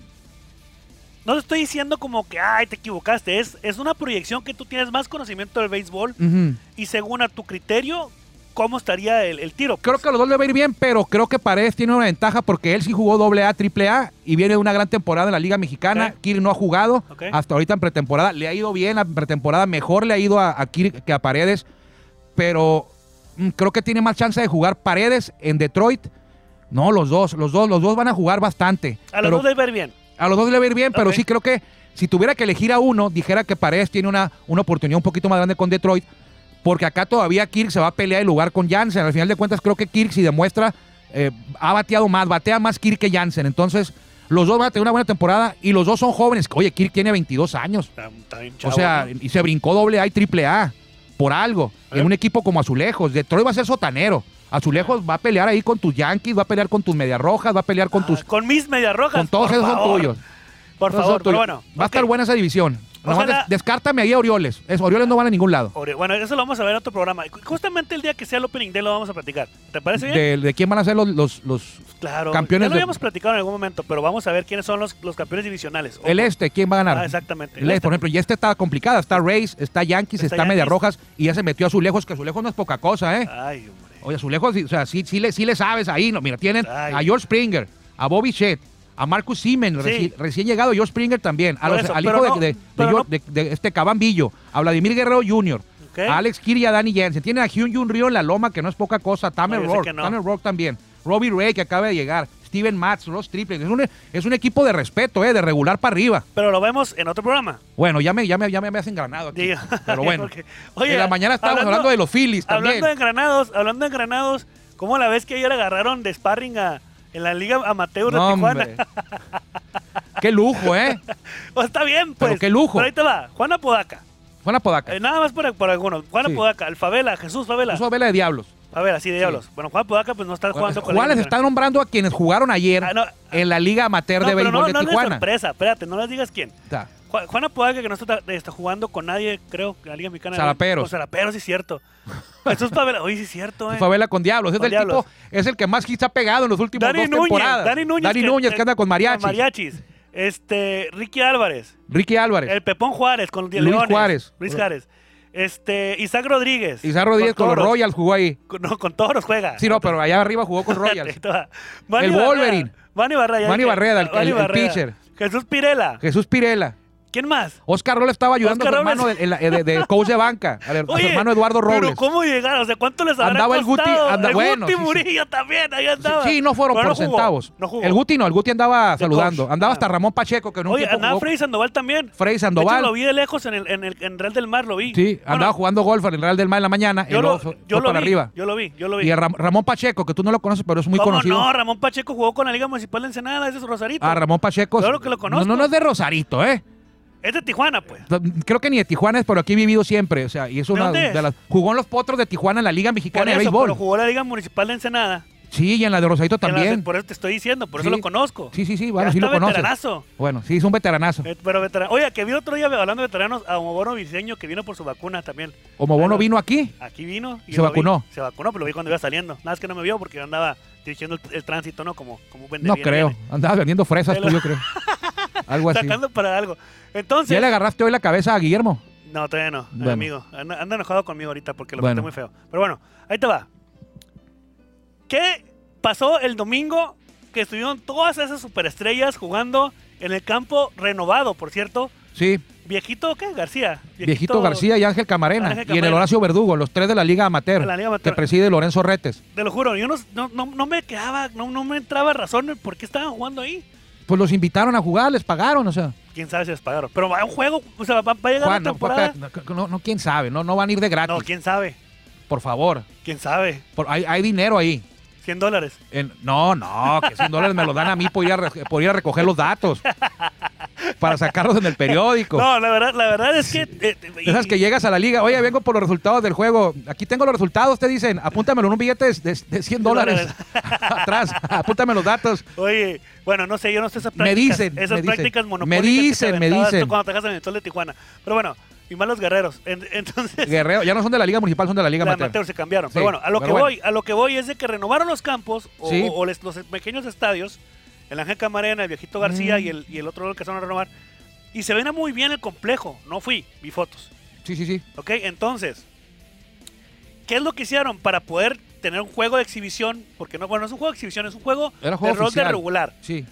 Speaker 1: No te estoy diciendo como que, ay, te equivocaste. Es, es una proyección que tú tienes más conocimiento del béisbol
Speaker 2: ujú,
Speaker 1: y según a tu criterio, cómo estaría el, el tiro.
Speaker 2: creo que a los dos le va a ir bien, pero creo que Paredes tiene una ventaja porque él sí jugó doble A, triple A y viene de una gran temporada en la Liga Mexicana.
Speaker 1: Ok.
Speaker 2: Kirk no ha jugado
Speaker 1: Ok.
Speaker 2: hasta ahorita en pretemporada. Le ha ido bien la pretemporada, mejor le ha ido a, a Kirk que a Paredes, pero mm, creo que tiene más chance de jugar Paredes en Detroit. No, los dos, los dos, los dos van a jugar bastante.
Speaker 1: a los
Speaker 2: pero
Speaker 1: dos debe ver bien.
Speaker 2: a los dos le va a ir bien, pero
Speaker 1: Ok.
Speaker 2: sí creo que si tuviera que elegir a uno, dijera que Paredes tiene una, una oportunidad un poquito más grande con Detroit, porque acá todavía Kirk se va a pelear el lugar con Jansen. Al final de cuentas, creo que Kirk, si demuestra, eh, ha bateado más, batea más Kirk que Jansen. Entonces, los dos van a tener una buena temporada y los dos son jóvenes. Oye, Kirk tiene 22 años.
Speaker 1: Está- está bien
Speaker 2: O
Speaker 1: chavo,
Speaker 2: sea,
Speaker 1: ¿no?
Speaker 2: y se brincó doble A y triple A por algo.
Speaker 1: Eh.
Speaker 2: En un equipo como Azulejos. Detroit va a ser sotanero. Azulejos va a pelear ahí con tus Yankees, va a pelear con tus Medias Rojas, va a pelear con
Speaker 1: Ah,
Speaker 2: tus.
Speaker 1: con mis medias rojas.
Speaker 2: Con todos
Speaker 1: por
Speaker 2: esos son
Speaker 1: favor.
Speaker 2: tuyos.
Speaker 1: Por
Speaker 2: No, eso
Speaker 1: favor,
Speaker 2: tuyo.
Speaker 1: pero bueno.
Speaker 2: Va a
Speaker 1: ok.
Speaker 2: estar buena esa división. Nomás
Speaker 1: Ojalá-
Speaker 2: des- descártame ahí a Orioles. Es, Orioles no van a ningún lado.
Speaker 1: Ore- Bueno, eso lo vamos a ver en otro programa. Justamente el día que sea el opening day lo vamos a platicar. ¿Te parece bien?
Speaker 2: De, de quién van a ser los, los- los-
Speaker 1: claro.
Speaker 2: campeones
Speaker 1: ya lo
Speaker 2: de-
Speaker 1: habíamos platicado en algún momento, pero vamos a ver quiénes son los, los campeones divisionales. Oh,
Speaker 2: El este, ¿quién va a ganar?
Speaker 1: Ah, exactamente.
Speaker 2: El este, por ejemplo, y este está complicada. Está Rays, está Yankees,
Speaker 1: Está
Speaker 2: está, Medias
Speaker 1: Yankees.
Speaker 2: Rojas y ya se metió a Azulejos, que Azulejos no es poca cosa, ¿eh?
Speaker 1: Ay, hombre.
Speaker 2: Oye, Azulejos, sí, o sea, sí, sí le, sí le sabes ahí. No, mira, tienen
Speaker 1: Ay.
Speaker 2: a George Springer, a Bobby Shett, a Marcus Siemens,
Speaker 1: Sí.
Speaker 2: reci- recién llegado George Springer también, a
Speaker 1: Por
Speaker 2: los-
Speaker 1: eso,
Speaker 2: al
Speaker 1: pero
Speaker 2: hijo de-
Speaker 1: no,
Speaker 2: de, de
Speaker 1: pero
Speaker 2: George-
Speaker 1: no-
Speaker 2: de- de este Cabambillo, a Vladimir Guerrero Jr.,
Speaker 1: Ok.
Speaker 2: a Alex Kirk y a Danny Jensen. Tienen a Hyun Jun Ryo en la loma, que no es poca cosa, Tamer
Speaker 1: No, yo sé
Speaker 2: Rourke,
Speaker 1: que no.
Speaker 2: Tamer Rourke también, Robbie Ray, que acaba de llegar, Steven Matz, Ross Tripling. Es un, es un equipo de respeto, eh, de regular para arriba.
Speaker 1: Pero lo vemos en otro programa.
Speaker 2: Bueno, ya me, ya me, ya me has engranado aquí.
Speaker 1: Diga.
Speaker 2: Pero bueno,
Speaker 1: Porque- oye,
Speaker 2: en la mañana estábamos hablando, de los Phillies también.
Speaker 1: Hablando de granados, hablando de granados, ¿cómo la vez que ayer agarraron de sparring a, en la Liga Amateur de
Speaker 2: No,
Speaker 1: Tijuana?
Speaker 2: hombre. Qué lujo, ¿eh?
Speaker 1: Oh, está bien, pues.
Speaker 2: Pero qué lujo.
Speaker 1: Pero ahí te va. Juana Podaca.
Speaker 2: Buena podaca.
Speaker 1: Eh, nada más por, por algunos. Juana
Speaker 2: Sí.
Speaker 1: Podaca, el Favela, Jesús Favela.
Speaker 2: Puso vela de diablos.
Speaker 1: Favela, sí, de diablos. Bueno, Juan Podaca pues no está jugando con la
Speaker 2: Juan les
Speaker 1: Liga
Speaker 2: está nombrando a quienes jugaron ayer
Speaker 1: Ah, no.
Speaker 2: en la Liga Amateur
Speaker 1: No,
Speaker 2: de
Speaker 1: pero
Speaker 2: Béisbol
Speaker 1: no,
Speaker 2: de
Speaker 1: no es
Speaker 2: Tijuana.
Speaker 1: sorpresa, espérate, no les digas quién.
Speaker 2: Está.
Speaker 1: Ju- Juana Podaca, que no está, está jugando con nadie, creo, en la Liga Mexicana.
Speaker 2: Zaraperos.
Speaker 1: Con Zaraperos, sí es cierto. Jesús Favela, oye, sí es cierto, eh.
Speaker 2: Favela con Diablos. Es
Speaker 1: Con
Speaker 2: el
Speaker 1: Diablos.
Speaker 2: tipo, es el que más hits ha pegado en los últimos
Speaker 1: Dani
Speaker 2: dos
Speaker 1: Núñez,
Speaker 2: temporadas.
Speaker 1: Dani Núñez.
Speaker 2: Dani Núñez, que, anda con mariachi.
Speaker 1: mariachis. Este, Ricky Álvarez.
Speaker 2: Ricky Álvarez.
Speaker 1: El Pepón Juárez con los
Speaker 2: Pues. Luis
Speaker 1: Leones.
Speaker 2: Juárez.
Speaker 1: Luis Juárez. Este, Isaac Rodríguez.
Speaker 2: Isaac Rodríguez con, los
Speaker 1: toros.
Speaker 2: Royals jugó ahí.
Speaker 1: Con- No, con toros juega.
Speaker 2: Sí, no, pero allá arriba jugó con Royals.
Speaker 1: Manny
Speaker 2: El
Speaker 1: Barrera.
Speaker 2: Wolverine.
Speaker 1: Manny Barrera. ya
Speaker 2: Manny
Speaker 1: dije.
Speaker 2: Barrera, el-
Speaker 1: Manny
Speaker 2: el- el
Speaker 1: Barrera.
Speaker 2: pitcher.
Speaker 1: Jesús Pirela.
Speaker 2: Jesús Pirela.
Speaker 1: ¿Quién más?
Speaker 2: Oscar Robles estaba ayudando a su
Speaker 1: Oscar
Speaker 2: hermano
Speaker 1: Robles.
Speaker 2: del en la- de, de coach de banca, a, ver, a su
Speaker 1: Oye,
Speaker 2: hermano Eduardo Robles.
Speaker 1: Pero ¿cómo llegaron? O sea, ¿cuánto les habrá
Speaker 2: Andaba el Guti-
Speaker 1: costado?
Speaker 2: anda-
Speaker 1: el
Speaker 2: bueno,
Speaker 1: Guti
Speaker 2: sí, sí.
Speaker 1: Murillo también, ahí
Speaker 2: Sí,
Speaker 1: andaba.
Speaker 2: sí, no fueron
Speaker 1: Pero
Speaker 2: por
Speaker 1: jugó,
Speaker 2: centavos.
Speaker 1: No jugó.
Speaker 2: El Guti no, el Guti andaba saludando.
Speaker 1: coach.
Speaker 2: Andaba hasta
Speaker 1: Ah.
Speaker 2: Ramón Pacheco, que en un
Speaker 1: Oye,
Speaker 2: tiempo
Speaker 1: andaba
Speaker 2: jugó-
Speaker 1: Freddy Sandoval también.
Speaker 2: Freddy
Speaker 1: De
Speaker 2: Sandoval.
Speaker 1: hecho, lo vi de lejos en el, en el en Real del Mar, lo vi.
Speaker 2: Sí,
Speaker 1: Bueno,
Speaker 2: andaba jugando golf en el Real del Mar en la mañana y
Speaker 1: Yo
Speaker 2: luego
Speaker 1: lo,
Speaker 2: fue
Speaker 1: yo
Speaker 2: fue
Speaker 1: lo
Speaker 2: para
Speaker 1: vi,
Speaker 2: arriba.
Speaker 1: yo lo vi, yo lo vi.
Speaker 2: Y a Ram- Ramón Pacheco, que tú no lo conoces, pero es muy
Speaker 1: ¿Cómo
Speaker 2: conocido. Ah,
Speaker 1: no? Ramón Pacheco jugó con la Liga Municipal de Ensenada, ese es Rosarito.
Speaker 2: A Ramón Pacheco.
Speaker 1: Claro que lo conozco.
Speaker 2: No, no, no es de Rosarito, ¿eh?
Speaker 1: Es de Tijuana, pues.
Speaker 2: Creo que ni de Tijuana es, pero aquí he vivido siempre. O sea, y es
Speaker 1: ¿De
Speaker 2: una
Speaker 1: dónde es?
Speaker 2: de las. Jugó en los potros de Tijuana en la Liga Mexicana
Speaker 1: Por
Speaker 2: de
Speaker 1: eso, pero
Speaker 2: Béisbol.
Speaker 1: jugó la Liga Municipal de Ensenada.
Speaker 2: Sí, y en la de Rosarito
Speaker 1: En la-
Speaker 2: también.
Speaker 1: por eso te estoy diciendo, por eso
Speaker 2: Sí.
Speaker 1: lo conozco.
Speaker 2: Sí, sí, sí, bueno,
Speaker 1: Ya
Speaker 2: sí lo
Speaker 1: está
Speaker 2: conoces.
Speaker 1: veteranazo.
Speaker 2: Bueno, sí, es un veteranazo.
Speaker 1: Eh, Pero veterano. Oye, que vi otro día hablando de veteranos a Homobono Viseño que vino por su vacuna también.
Speaker 2: Como Bono
Speaker 1: Pero-
Speaker 2: vino aquí.
Speaker 1: Aquí vino. y
Speaker 2: ¿Se
Speaker 1: lo vi.
Speaker 2: vacunó?
Speaker 1: Se vacunó, pero lo vi cuando iba saliendo. Nada más que no me vio porque yo andaba dirigiendo el, el tránsito, ¿no? Como, como un vende
Speaker 2: No
Speaker 1: viene,
Speaker 2: creo.
Speaker 1: viene.
Speaker 2: Andabas vendiendo fresas
Speaker 1: Pero-
Speaker 2: tú, yo creo. Algo así.
Speaker 1: Sacando para algo. Entonces.
Speaker 2: ¿Ya le agarraste hoy la cabeza a Guillermo?
Speaker 1: No, todavía no,
Speaker 2: Bueno.
Speaker 1: amigo. Anda, anda enojado conmigo ahorita porque lo conté
Speaker 2: Bueno.
Speaker 1: muy feo. Pero bueno, ahí te va. ¿Qué pasó el domingo que estuvieron todas esas superestrellas jugando en el campo renovado, por cierto?
Speaker 2: Sí,
Speaker 1: ¿Viejito qué? García.
Speaker 2: Viejito García y Ángel Camarena.
Speaker 1: Ángel
Speaker 2: Y en el
Speaker 1: Camarena.
Speaker 2: Horacio Verdugo, los tres de la Liga Amateur,
Speaker 1: La Liga Amateur.
Speaker 2: que preside Lorenzo Retes.
Speaker 1: Te lo juro, yo no, no, no- no me quedaba, no, no me entraba razón en por qué estaban jugando ahí.
Speaker 2: Pues los invitaron a jugar, les pagaron, o sea.
Speaker 1: quién sabe si les pagaron. Pero va a un juego, o sea, va, va a llegar
Speaker 2: Juan,
Speaker 1: la
Speaker 2: no, pues,
Speaker 1: temporada.
Speaker 2: espérate, no, no, no, quién sabe, no, no van a ir de gratis,
Speaker 1: No, quién sabe,
Speaker 2: por favor.
Speaker 1: quién sabe.
Speaker 2: Por- hay, hay dinero ahí.
Speaker 1: 100 dólares.
Speaker 2: En- no, no, que 100 dólares me lo dan a mí por ir a, re- por ir a recoger los datos. Para sacarlos en el periódico.
Speaker 1: No, la verdad, la verdad es que. eh, y-
Speaker 2: Esas que llegas a la liga, oye, vengo por los resultados del juego. Aquí tengo los resultados, te dicen, apúntamelo en un billete de, de- de 100 dólares. Atrás, apúntame los datos.
Speaker 1: Oye, bueno, no sé, yo no sé esas
Speaker 2: Me
Speaker 1: prácticas.
Speaker 2: dicen,
Speaker 1: esas
Speaker 2: me dicen.
Speaker 1: prácticas
Speaker 2: Me
Speaker 1: monopólicas.
Speaker 2: dicen,
Speaker 1: que te
Speaker 2: me
Speaker 1: aventabas tú
Speaker 2: dicen.
Speaker 1: Cuando trabajas en el Tol de Tijuana. Pero bueno, y más los guerreros. En- entonces.
Speaker 2: Guerrero, ya no son de la liga municipal, son de la liga
Speaker 1: La
Speaker 2: amateur.
Speaker 1: amateur se cambiaron.
Speaker 2: Sí,
Speaker 1: pero bueno, a lo
Speaker 2: pero
Speaker 1: que
Speaker 2: bueno.
Speaker 1: voy, a lo que voy es de que renovaron los campos o,
Speaker 2: Sí.
Speaker 1: o- o les- los pequeños estadios, el Ángel Camarena, el Viejito García
Speaker 2: Mm.
Speaker 1: y el, y el otro que se van a renovar. Y se ven a muy bien el complejo. No fui, vi fotos.
Speaker 2: Sí, sí, sí.
Speaker 1: ¿Ok? Entonces, ¿qué es lo que hicieron para poder tener un juego de exhibición? Porque no, bueno, no es un juego de exhibición, es un juego,
Speaker 2: Era juego
Speaker 1: de rol de
Speaker 2: oficial.
Speaker 1: regular.
Speaker 2: Sí.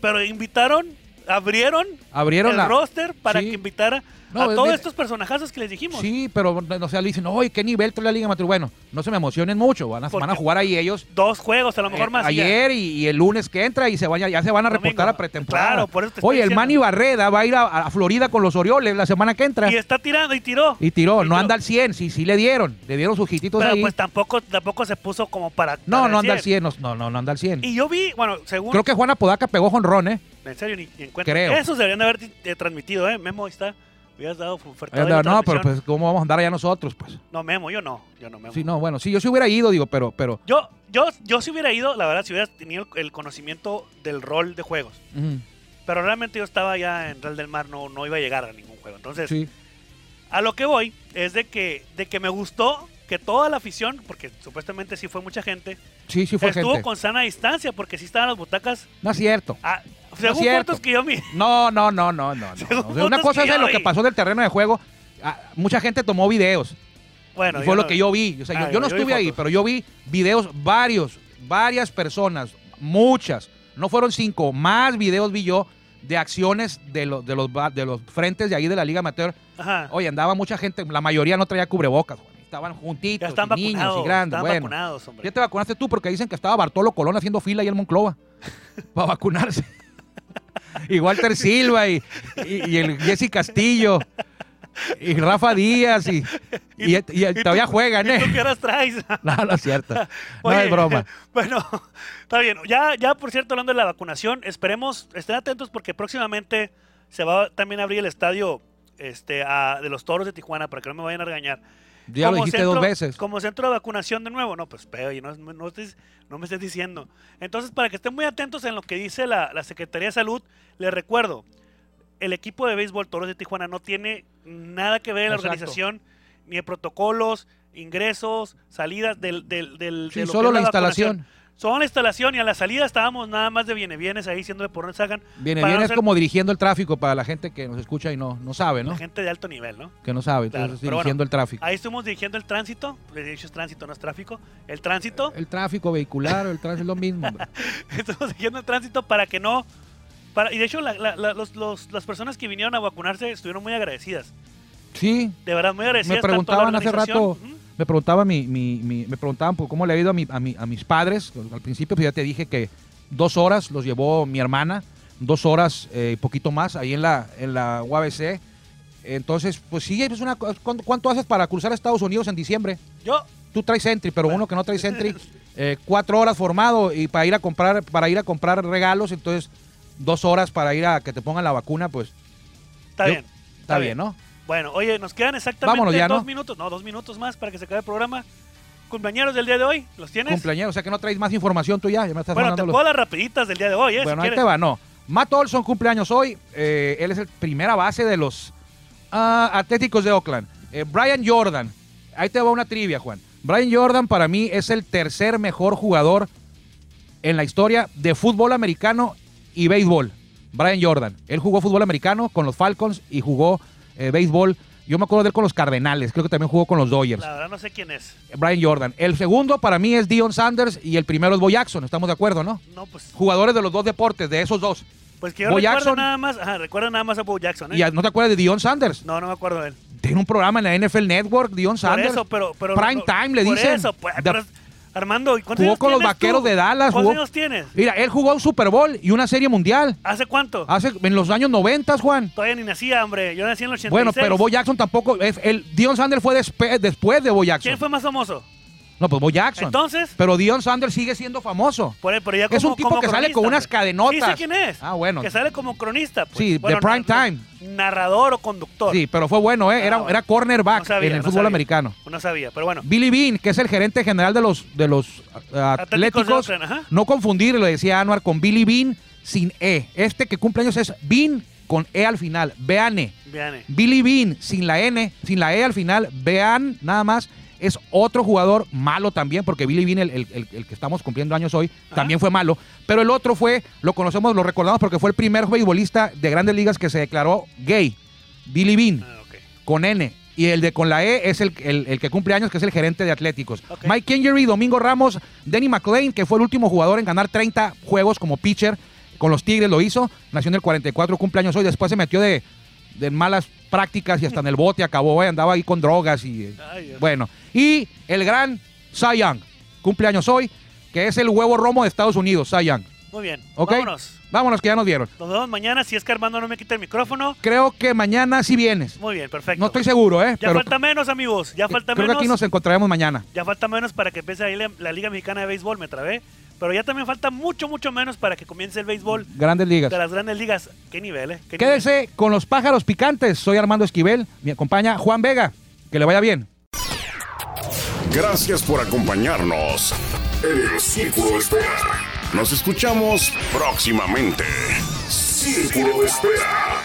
Speaker 1: Pero invitaron, abrieron
Speaker 2: Abrieron
Speaker 1: el
Speaker 2: la.
Speaker 1: roster para
Speaker 2: sí.
Speaker 1: que invitara
Speaker 2: No,
Speaker 1: a
Speaker 2: es-
Speaker 1: todos
Speaker 2: es-
Speaker 1: estos personajazos que les dijimos.
Speaker 2: Sí, pero no sé, le dicen, oye, qué nivel trae la liga amateur. Bueno, no se me emocionen mucho, van a,
Speaker 1: Porque-
Speaker 2: van a jugar ahí ellos.
Speaker 1: Dos juegos, a lo mejor
Speaker 2: eh,
Speaker 1: más. y ya.
Speaker 2: ayer y, y el lunes que entra y se van, a- ya se van a
Speaker 1: Domingo.
Speaker 2: reportar a pretemporada.
Speaker 1: Claro, por eso te estoy
Speaker 2: Oye, el
Speaker 1: diciendo.
Speaker 2: Manny Barreda va a ir a, a Florida con los Orioles la semana que entra.
Speaker 1: Y está tirando y tiró.
Speaker 2: Y tiró,
Speaker 1: Y
Speaker 2: no
Speaker 1: tiró.
Speaker 2: anda al 100, sí, sí le dieron, le dieron sus hititos
Speaker 1: Pero
Speaker 2: ahí.
Speaker 1: pues tampoco, tampoco se puso como para.
Speaker 2: no,
Speaker 1: para
Speaker 2: no anda al
Speaker 1: decir.
Speaker 2: 100, no, no, no, no anda al 100.
Speaker 1: Y yo vi, bueno, según.
Speaker 2: Creo que Juana Podaca pegó jonrón, ¿eh?
Speaker 1: En serio, ni, ni en cuenta.
Speaker 2: Creo.
Speaker 1: Esos deberían de haber eh, transmitido, ¿eh? Memo, ahí está. Hubieras dado ofertado ahí
Speaker 2: no,
Speaker 1: la
Speaker 2: no, pero
Speaker 1: transmisión.
Speaker 2: pues cómo vamos a andar allá nosotros, pues.
Speaker 1: No, Memo, yo no. Yo no, Memo.
Speaker 2: Sí, no, bueno, sí, yo sí hubiera ido, digo, pero, pero.
Speaker 1: Yo, yo, yo si hubiera ido, la verdad, si hubiera tenido el conocimiento del rol de juegos.
Speaker 2: mm,
Speaker 1: Pero realmente yo estaba ya en Real del Mar, no, no iba a llegar a ningún juego. Entonces,
Speaker 2: pues, sí.
Speaker 1: a lo que voy es de que, de que me gustó que toda la afición, porque supuestamente sí fue mucha gente,
Speaker 2: Sí, sí fue
Speaker 1: estuvo
Speaker 2: gente.
Speaker 1: con sana distancia, porque sí estaban las butacas.
Speaker 2: No es cierto.
Speaker 1: ah, según
Speaker 2: cierto.
Speaker 1: fotos que yo vi.
Speaker 2: No, no, no, no, no. no,
Speaker 1: Según
Speaker 2: no. O sea, Una
Speaker 1: fotos
Speaker 2: cosa
Speaker 1: que
Speaker 2: es de
Speaker 1: yo
Speaker 2: lo que
Speaker 1: vi.
Speaker 2: pasó del terreno de juego. ah, mucha gente tomó videos.
Speaker 1: Bueno,
Speaker 2: y fue lo
Speaker 1: no-
Speaker 2: que yo vi. O sea, yo-
Speaker 1: Ah,
Speaker 2: yo, no
Speaker 1: yo vi
Speaker 2: estuve ahí,
Speaker 1: fotos.
Speaker 2: pero yo vi videos, varios, varias personas, muchas, no fueron cinco, más videos vi yo de acciones de, los de, los, ba- de los frentes de ahí de la Liga Amateur.
Speaker 1: Ajá.
Speaker 2: Oye, andaba mucha gente, la mayoría no traía cubrebocas, Juan, Estaban juntitos,
Speaker 1: ya están
Speaker 2: y niños
Speaker 1: vacunados.
Speaker 2: y grandes.
Speaker 1: están
Speaker 2: Bueno,
Speaker 1: vacunados, hombre.
Speaker 2: ya te vacunaste tú porque dicen que estaba Bartolo Colón haciendo fila ahí en Monclova para vacunarse. y Walter Silva y, y- y el Jesse Castillo y Rafa Díaz y, y-
Speaker 1: Y-
Speaker 2: y- y todavía juegan,
Speaker 1: ¿Tú
Speaker 2: ¿eh?
Speaker 1: qué horas traes?
Speaker 2: No, no es cierto. No
Speaker 1: Oye,
Speaker 2: es broma.
Speaker 1: Bueno, está bien. Ya, ya, por cierto, hablando de la vacunación, esperemos, estén atentos porque próximamente se va también a abrir el estadio este, a- de los toros de Tijuana para que no me vayan a regañar.
Speaker 2: Ya lo
Speaker 1: Como
Speaker 2: dijiste
Speaker 1: centro-
Speaker 2: dos veces.
Speaker 1: Como centro de vacunación de nuevo. No, pues, pero no, no, estés- no me estés diciendo. Entonces, para que estén muy atentos en lo que dice la, la Secretaría de Salud, les recuerdo, el equipo de béisbol Toros de Tijuana no tiene nada que ver en la
Speaker 2: Exacto.
Speaker 1: organización, ni de protocolos, ingresos, salidas del... del, del de
Speaker 2: Sí,
Speaker 1: lo que
Speaker 2: solo
Speaker 1: es
Speaker 2: la
Speaker 1: vacunación.
Speaker 2: instalación.
Speaker 1: Solo la instalación y a la salida estábamos nada más de viene vienes ahí diciéndole por dónde sacan
Speaker 2: Viene,
Speaker 1: para
Speaker 2: viene
Speaker 1: no
Speaker 2: es
Speaker 1: ser-
Speaker 2: como dirigiendo el tráfico para la gente que nos escucha y no, no sabe,
Speaker 1: la
Speaker 2: ¿no?
Speaker 1: gente de alto nivel, ¿no?
Speaker 2: Que no sabe, entonces
Speaker 1: Claro,
Speaker 2: es
Speaker 1: pero bueno.
Speaker 2: dirigiendo el tráfico.
Speaker 1: Ahí estuvimos dirigiendo el tránsito, de hecho es tránsito, no es tráfico, el tránsito.
Speaker 2: El tráfico vehicular, el tráfico es lo mismo. hombre.
Speaker 1: Estamos siguiendo el tránsito para que no. Para, y de hecho, la- la- la- los- los- las personas que vinieron a vacunarse estuvieron muy agradecidas.
Speaker 2: Sí,
Speaker 1: De verdad, muy agradecidas. tanto
Speaker 2: Me
Speaker 1: a la
Speaker 2: preguntaban hace
Speaker 1: organización-
Speaker 2: rato,
Speaker 1: Ujú.
Speaker 2: me preguntaba mi, mi- mi- me preguntaban por cómo le ha ido a, mi- a, mi- a mis padres. Al principio pues, ya te dije que dos horas los llevó mi hermana, dos horas eh, y poquito más ahí en la, en la UABC. Entonces, pues sí, es una, co- ¿cuánto, cuánto haces para cruzar a Estados Unidos en diciembre?
Speaker 1: Yo,
Speaker 2: Tú traes Sentry, pero uno que no trae Sentry, eh, cuatro horas formado y para ir a comprar, para ir a comprar regalos, entonces dos horas para ir a que te pongan la vacuna, pues
Speaker 1: está
Speaker 2: Yo-
Speaker 1: bien.
Speaker 2: está, bien, ¿no?
Speaker 1: Bueno, oye, nos quedan exactamente
Speaker 2: Vámonos ya,
Speaker 1: dos
Speaker 2: ¿no?
Speaker 1: minutos. No, dos minutos más para que se acabe el programa. Cumpleaños del día de hoy, ¿los tienes?
Speaker 2: Cumpleaños, o sea que no traes más información tú ya, ya me estás
Speaker 1: bueno, te
Speaker 2: mandando los-
Speaker 1: puedo las rapiditas del día de hoy, ¿eh?
Speaker 2: Bueno,
Speaker 1: si
Speaker 2: ahí te
Speaker 1: quieres.
Speaker 2: va, no. Matt Olson cumpleaños hoy. eh, él es el primera base de los ah, Atléticos de Oakland. Eh, Brian Jordan. Ahí te va una trivia, Juan. Brian Jordan para mí es el tercer mejor jugador en la historia de fútbol americano y béisbol. Brian Jordan. Él jugó fútbol americano con los Falcons y jugó eh, béisbol. Yo me acuerdo de él con los Cardenales. Creo que también jugó con los Dodgers.
Speaker 1: La verdad, no sé quién es.
Speaker 2: Brian Jordan. El segundo para mí es Dion Sanders y el primero es Bo Jackson. ¿Estamos de acuerdo, no?
Speaker 1: No, pues.
Speaker 2: Jugadores de los dos deportes, de esos dos.
Speaker 1: Pues que yo
Speaker 2: Bo
Speaker 1: recuerdo
Speaker 2: Jackson.
Speaker 1: nada más. Ajá, recuerdo nada más a Bo Jackson, ¿eh?
Speaker 2: Y a- no te acuerdas de Dion Sanders.
Speaker 1: No, no me acuerdo de él.
Speaker 2: Tiene un programa en la NFL Network, Dion
Speaker 1: Por
Speaker 2: Sanders.
Speaker 1: eso, pero, pero
Speaker 2: Prime
Speaker 1: no-
Speaker 2: time, le
Speaker 1: por
Speaker 2: dicen.
Speaker 1: eso, pues,
Speaker 2: The
Speaker 1: pero es- Armando, ¿y ¿cuántos
Speaker 2: Jugó
Speaker 1: años
Speaker 2: con los
Speaker 1: tienes
Speaker 2: vaqueros
Speaker 1: tú?
Speaker 2: de Dallas.
Speaker 1: ¿Cuántos
Speaker 2: jugó-
Speaker 1: años tienes?
Speaker 2: Mira, él jugó un Super Bowl y una serie mundial.
Speaker 1: ¿Hace cuánto?
Speaker 2: Hace, en los años 90, Juan.
Speaker 1: Todavía ni nacía, hombre. Yo nací en el 86.
Speaker 2: Bueno, pero Bo Jackson tampoco. es- el, Dion Sanders fue despe- después de Bo Jackson.
Speaker 1: ¿Quién fue más famoso?
Speaker 2: No, pues Bo Jackson.
Speaker 1: Entonces,
Speaker 2: pero Dion Sanders sigue siendo famoso.
Speaker 1: por él, pero ya
Speaker 2: Es
Speaker 1: como-
Speaker 2: un tipo
Speaker 1: como
Speaker 2: que sale con
Speaker 1: cronista,
Speaker 2: unas
Speaker 1: hombre.
Speaker 2: cadenotas.
Speaker 1: Sí, sé quién es.
Speaker 2: Ah, bueno.
Speaker 1: Que sale como cronista. pues.
Speaker 2: Sí, de prime
Speaker 1: nar-
Speaker 2: time.
Speaker 1: Narrador o conductor.
Speaker 2: Sí, pero fue bueno, ¿eh? Era,
Speaker 1: Ah, bueno.
Speaker 2: era cornerback
Speaker 1: No sabía,
Speaker 2: en el
Speaker 1: no
Speaker 2: fútbol
Speaker 1: sabía.
Speaker 2: americano.
Speaker 1: No sabía, pero bueno.
Speaker 2: Billy Bean, que es el gerente general de los, de los uh,
Speaker 1: Atléticos de
Speaker 2: atléticos,
Speaker 1: Oakland, ajá.
Speaker 2: no confundir, lo decía Anuar, con Billy Bean sin E. Este que cumple años es Bean con E al final, Beane.
Speaker 1: Vean, eh.
Speaker 2: Billy Bean sin la N, sin la E al final, vean nada más, es otro jugador malo también, porque Billy Bean, el, el- el- el que estamos cumpliendo años hoy, también fue malo. Pero el otro fue, lo conocemos, lo recordamos porque fue el primer beisbolista de grandes ligas que se declaró gay, Billy Bean,
Speaker 1: Ah, ok.
Speaker 2: con N. Y el de con la E es el, el- el que cumple años, que es el gerente de Atléticos.
Speaker 1: Ok.
Speaker 2: Mike Kingery, Domingo Ramos, Denny McLean, que fue el último jugador en ganar 30 juegos como pitcher. Con los Tigres lo hizo. Nació en el 44, cumpleaños hoy. Después se metió de, de malas prácticas y hasta en el bote acabó. eh, Andaba ahí con drogas y... eh,
Speaker 1: Ay, Dios.
Speaker 2: bueno. Y el gran Cy Young, cumpleaños hoy, que es el huevo romo de Estados Unidos, Cy Young.
Speaker 1: Muy bien.
Speaker 2: ¿Ok?
Speaker 1: Vámonos.
Speaker 2: Vámonos, que ya nos dieron.
Speaker 1: Nos vemos mañana si es que Armando no me quita el micrófono.
Speaker 2: Creo que mañana sí vienes.
Speaker 1: Muy bien, perfecto.
Speaker 2: No estoy seguro, ¿eh?
Speaker 1: ya
Speaker 2: Pero Eh,
Speaker 1: falta menos, amigos. Ya falta
Speaker 2: creo que
Speaker 1: menos.
Speaker 2: aquí nos encontraremos mañana.
Speaker 1: Ya falta menos para que empiece ahí la, la Liga Mexicana de Béisbol, me trabé. Pero ya también falta mucho, mucho menos para que comience el béisbol
Speaker 2: Grandes ligas.
Speaker 1: de las grandes ligas. ¿Qué nivel, eh? ¿Qué nivel?
Speaker 2: Quédese con los pájaros picantes. Soy Armando Esquivel. Me acompaña Juan Vega. Que le vaya bien.
Speaker 3: Gracias por acompañarnos en el Círculo de Espera. Nos escuchamos próximamente. Círculo de Espera.